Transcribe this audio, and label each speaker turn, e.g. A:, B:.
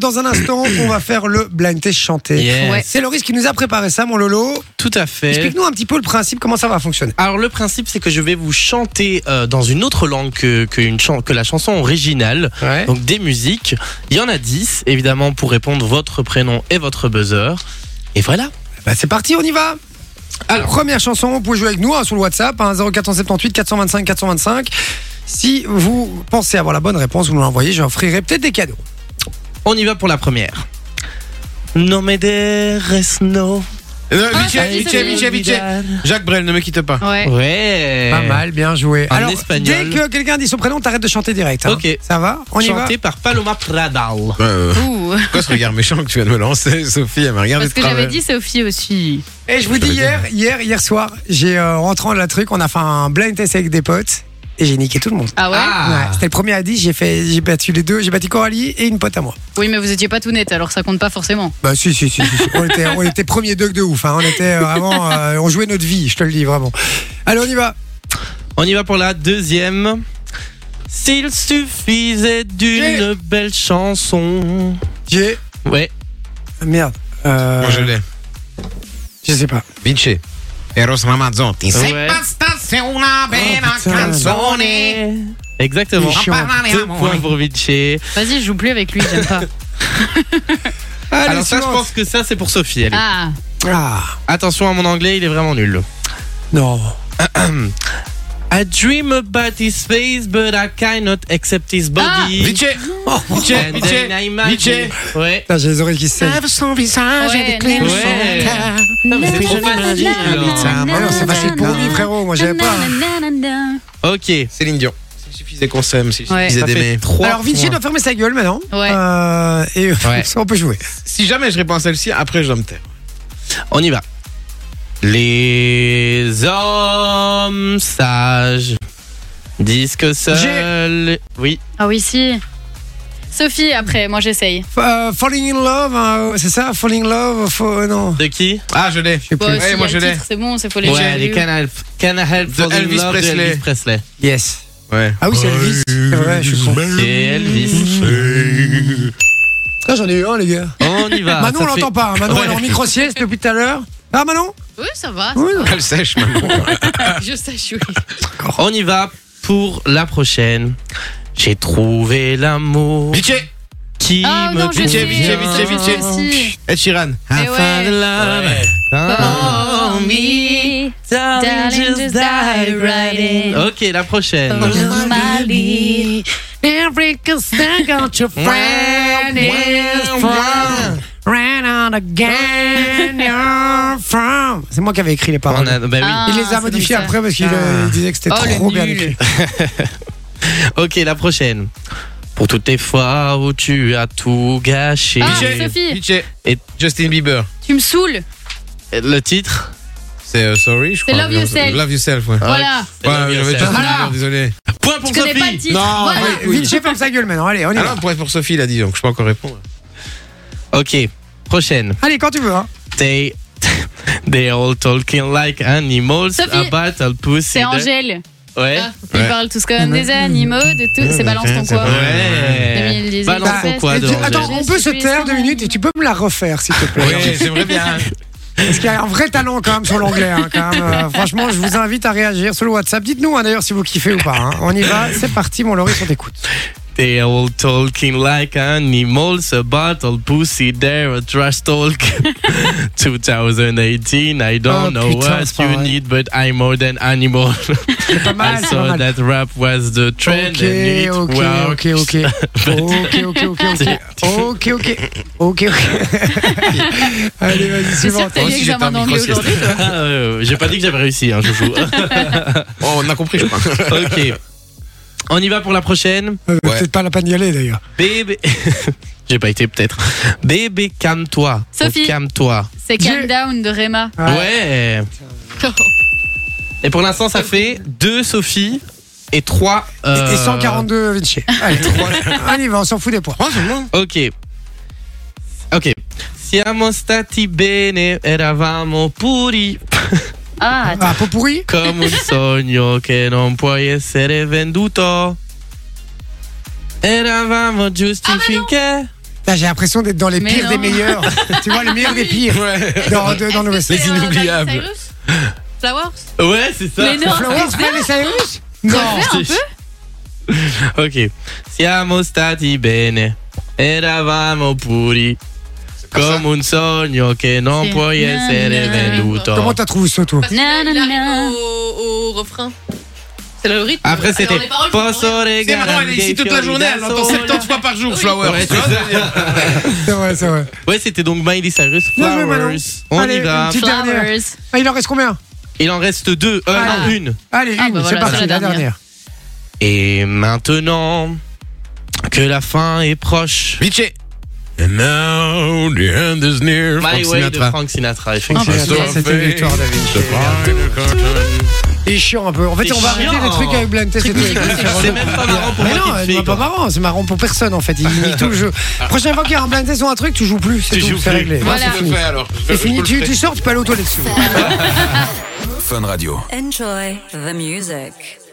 A: dans un instant, on va faire le blind test chanté.
B: Yes.
C: Ouais.
A: C'est Loris qui nous a préparé ça, mon Lolo.
B: Tout à fait.
A: Explique-nous un petit peu le principe, comment ça va fonctionner.
B: Alors le principe c'est que je vais vous chanter euh, dans une autre langue que, que, une chan- que la chanson originale.
A: Ouais.
B: Donc des musiques. Il y en a 10 évidemment pour répondre votre prénom et votre buzzer. Et voilà.
A: Bah, c'est parti, on y va.
B: Alors.
A: première chanson, vous pouvez jouer avec nous hein, sur le WhatsApp, hein, 0478 425 425. Si vous pensez avoir la bonne réponse, vous nous l'envoyez, j'offrirai peut-être des cadeaux.
B: On y va pour la première. No me dejes, no.
D: Euh,
C: Ah,
D: Vichy,
C: ça dit,
D: Vichy,
C: ça dit,
D: Vichy, Vichy. Jacques Brel, ne me quitte pas.
C: Ouais.
B: Ouais.
A: Pas mal, bien joué.
B: Eh. En
A: Alors,
B: espagnol.
A: dès que quelqu'un dit son prénom, t'arrêtes de chanter direct. hein.
B: Ok.
A: Ça va On y va
B: Chanté par Paloma Pradal.
D: Euh,
C: Ouh.
D: pourquoi ce regard méchant que tu viens de me lancer, Sophie Elle m'a regardé
C: Parce que
D: de
C: j'avais
D: travers.
C: dit Sophie aussi.
A: Et je vous dis hier, hier, hier soir, j'ai euh, en rentrant de la truc, on a fait un blind test avec des potes et j'ai niqué tout le monde.
C: Ah ouais
A: Ouais, c'était le premier à 10, j'ai fait, j'ai battu les deux, j'ai battu Coralie et une pote à moi.
C: Oui, mais vous étiez pas tout net, alors ça compte pas forcément.
A: Bah si, si, si, si, si. on était, on était premier deux de ouf, hein. on était euh, vraiment, euh, on jouait notre vie, je te le dis vraiment. Allez, on y va.
B: On y va pour la deuxième. S'il suffisait d'une belle chanson.
A: J'ai,
B: Ouais.
A: merde, euh,
D: Moi, je l'ai.
A: je sais pas.
D: Vinci. Eros Ramazzotti.
B: Ouais.
D: C'est una bella
A: putain.
D: canzone.
B: Exactement.
A: Il est chiant.
B: Deux points pour Vinci.
C: Vas-y, je joue plus avec lui, j'aime pas.
A: Allez,
B: Alors ça, je
A: suivante.
B: pense que ça, c'est pour Sophie. allez.
C: Ah,
A: Ah
B: Attention à mon anglais, il est vraiment nul.
A: non.
B: I dream about his face, but I cannot accept his body.
D: Vinci. Vinci,
B: And then I
D: Vinci, Vinci.
B: imagine- Ouais.
A: Putain, j'ai les oreilles qui se saignent.
D: oh. son visage
C: Ouais, non.
B: Ouais. Ah, mais c'est trop facile.
A: Ah, non, c'est facile pour lui, frérot, moi j'avais pas. hein.
B: Ok.
D: Céline Dion. S'il suffisait qu'on s'aime, s'il
C: Ouais.
D: suffisait
B: Ça fait
D: d'aimer.
B: trois
A: Alors Vinci
B: points.
A: doit fermer sa gueule maintenant.
C: Ouais.
A: Euh, et
B: Ouais.
A: on peut jouer.
D: Si jamais je réponds à celle-ci, après je dois me taire.
B: On y va. Les hommes sages disent que seuls. Oui.
C: Ah oui, si. Sophie, après, moi j'essaye.
A: F- euh, falling in love, euh, c'est ça Falling in love, fo- euh, non.
B: De qui
D: Ah, je l'ai.
A: Je sais
C: Bon,
A: plus.
C: s'il y a
D: moi,
C: le
D: je l'ai.
C: titre, C'est bon, c'est faut les
B: Ouais, les Can I Help, Can I Help
D: De
B: Falling in
D: Elvis
B: Love
D: Presley.
B: de Elvis Presley.
A: Yes.
D: Ouais.
A: Ah oui, c'est Elvis. C'est vrai, je suis con.
B: Et Elvis.
A: Ah, j'en ai eu un, les gars.
B: On y va.
A: Manon,
B: Ah, ça
A: on l'entend
B: fait-
A: pas. hein. Manon, elle est en
B: Ouais.
A: micro-sieste depuis tout à l'heure. Ah, Manon
C: Oui, ça va.
A: Oui.
D: Elle sèche maintenant.
C: Je sache, oui.
B: On y va pour la prochaine. J'ai trouvé l'amour
D: Vinci.
B: qui
C: Ah
B: me
C: non, je
B: convient.
C: sais.
D: Vinci, Vinci, Vinci, Vinci.
C: Moi aussi.
D: Ed Sheeran.
C: Eh
A: Ah,
B: Find
C: ouais.
B: love. Oh, me, darling,
C: Darling,
B: just dive
C: just dive
B: right in. ah. Ok, la prochaine.
A: C'est moi qui avais écrit les
B: On
A: paroles.
B: a- bah oui.
C: Ah,
A: Il les
C: c'est
A: a modifiées
C: comme ça.
A: après parce qu'il
B: Ah.
A: euh, il disait que c'était
C: Oh, le
A: trop bien
C: nul.
A: écrit.
B: Ok, la prochaine. Pour toutes les fois où tu as tout gâché.
C: Ah,
D: Vinci.
C: Sophie.
D: Vinci.
B: Et-
D: Justin Bieber.
C: Tu me saoules.
B: Le titre
D: C'est euh, Sorry, je
C: C'est
D: crois.
C: Love Yourself.
D: Love Yourself, ouais.
B: Ah,
C: Voilà.
D: Ouais,
B: c'est
D: j'avais
B: Love
D: Justin
B: Yourself.
A: Voilà.
D: Bieber, désolé.
B: Point pour
C: Tu connais pas le
B: Sophie.
C: titre. Voilà.
D: mais- Oui.
A: Vinci, ferme sa gueule maintenant. Allez, on y
D: Ah
A: va.
D: non, pour être pour Sophie, il a dit, donc je peux encore répondre.
B: Ok, prochaine.
A: Allez, quand tu veux. hein.
B: They, they all talking like animals
C: Sophie.
B: about a pussy.
C: C'est Angèle.
B: Ouais.
C: Ah, Ils
D: Ouais.
C: parlent tous comme des animaux, de tout. C'est balance ton
D: C'est
C: quoi.
D: vrai.
B: Ouais.
C: 2018,
B: Balance ton
C: c'est-
B: quoi
A: Bah,
B: euh,
A: Et
B: de
A: tu-
B: Angèle.
A: attends, on peut se
C: Je suis
A: taire deux
C: son
A: minutes et tu peux me la refaire, s'il te plaît.
D: Ouais, j'aimerais bien.
A: Parce qu'il y a un vrai talent quand même sur l'anglais. hein, quand même. Euh, franchement, je vous invite à réagir sur le WhatsApp. Dites-nous hein, d'ailleurs si vous kiffez ou pas. hein. On y va, c'est parti, mon Loris, on t'écoute.
B: They all talking like animals about a pussy. They're a trash talk. 2018, I don't
A: Oh,
B: know
A: putain, c'est pas
B: what you
A: vrai.
B: need, but I'm more than animal.
A: C'est pas
B: I
A: mal, c'est pas
B: saw
A: mal.
B: that rap was the trend
A: Ok,
B: and it
A: ok,
B: worked.
A: ok, ok. Ok, ok, ok, ok. Ok, ok. Ok, ok. Allez, vas-y,
C: Je suis sûre
A: suivante. hein.
C: que t'as eu
D: Moi aussi, j'étais
C: l'examen
D: un
C: d'anglais
D: micro-sieste.
C: aujourd'hui. toi.
B: Ah, euh, J'ai pas dit que j'avais réussi, hein, Joujou.
D: Oh, on a compris, je crois.
B: ok. On y va pour la prochaine.
A: Euh, Peut-être pas la peine d'y aller d'ailleurs.
B: Bébé. J'ai pas été peut-être. Bébé, calme-toi.
C: Sophie.
B: Calme-toi.
C: C'est Calm Down de Rema.
A: Ah,
B: Ouais. Et pour l'instant, ça fait 2 Sophie et euh, 3.
A: Et 142 Vinci. Allez, on y va, on s'en fout des points.
B: Ok. Ok. Siamo stati bene, eravamo puri.
C: Ah, attends.
A: Ah, pot pourri
B: Come un sogno che non può essere venduto. Eravamo giusti
C: Ah, ma no.
B: finché
A: Là, j'ai l'impression d'être dans les
C: Mais
A: pires
C: non.
A: des meilleurs. tu vois, le meilleur des pires
D: Ouais.
A: dans, de- dans le West.
D: Les inoubliables.
C: Flowers
B: Ouais, c'est ça.
C: Mais non,
A: Florence,
C: c'est
A: Miley Cyrus Non.
C: Faire un peu
B: Ok. Siamo stati bene. Eravamo puri. Come un sogno che non
C: Sì.
B: puoi
C: Na,
B: essere
C: na,
A: Comment
B: venduto.
A: t'as trouvé ça, toi
E: Parce que
C: Na,
E: là, il
C: na,
E: arrive
C: na.
E: Au, au refrain. C'est le rythme.
B: Après,
E: Alors,
B: c'était
E: les paroles, je comprends rien.
B: Posso
D: C'est maintenant, elle est ici toute la journée, elle l'entend 70 fois par jour, Flower.
B: Ouais, c'est ça.
A: C'est vrai, c'est vrai.
B: Ouais, c'était donc Miley Cyrus
A: Bien joué,
B: Flowers.
A: Manon.
B: On
A: Allez,
B: y va.
A: une petite- dernière.
C: Flowers.
A: Ah, il en reste combien
B: Il en reste deux. Euh,
A: Ah.
B: non, une.
A: Allez,
C: Ah,
A: une,
C: bah
A: c'est
C: voilà,
A: parti,
C: c'est
A: la
C: la
A: dernière.
B: Et maintenant que la fin est proche.
D: Vichy. And now the end is near. Frank
B: My Way de
D: Sinatra.
B: Frank Sinatra,
C: Ah, bah,
B: effectivement.
C: Sinatra.
A: C'était une victoire, David.
D: The final curtain.
A: Il est chiant un peu. En fait,
B: C'est
A: on va arrêter
B: chiant.
A: les trucs avec Blind Test et tout.
B: C'est même pas marrant pour
A: Mais
B: moi
A: non,
B: qui
A: c'est
B: te fais,
A: pas
B: quoi.
A: marrant, c'est marrant pour personne en fait. Il nie tout le jeu. Prochaine fois qu'il y a un blind test ou un truc, tu joues plus, c'est
D: Ah. Tu
A: tout,
D: joues
A: c'est
D: plus.
A: réglé.
C: Voilà.
A: Ouais, c'est
D: Je le
A: fini.
D: fais alors. Je-
A: C'est
D: je
A: fini,
D: le
A: tu,
D: fais.
A: tu sors, tu peux aller aux toilettes. si tu veux.
F: Fun Radio.
G: Enjoy the music.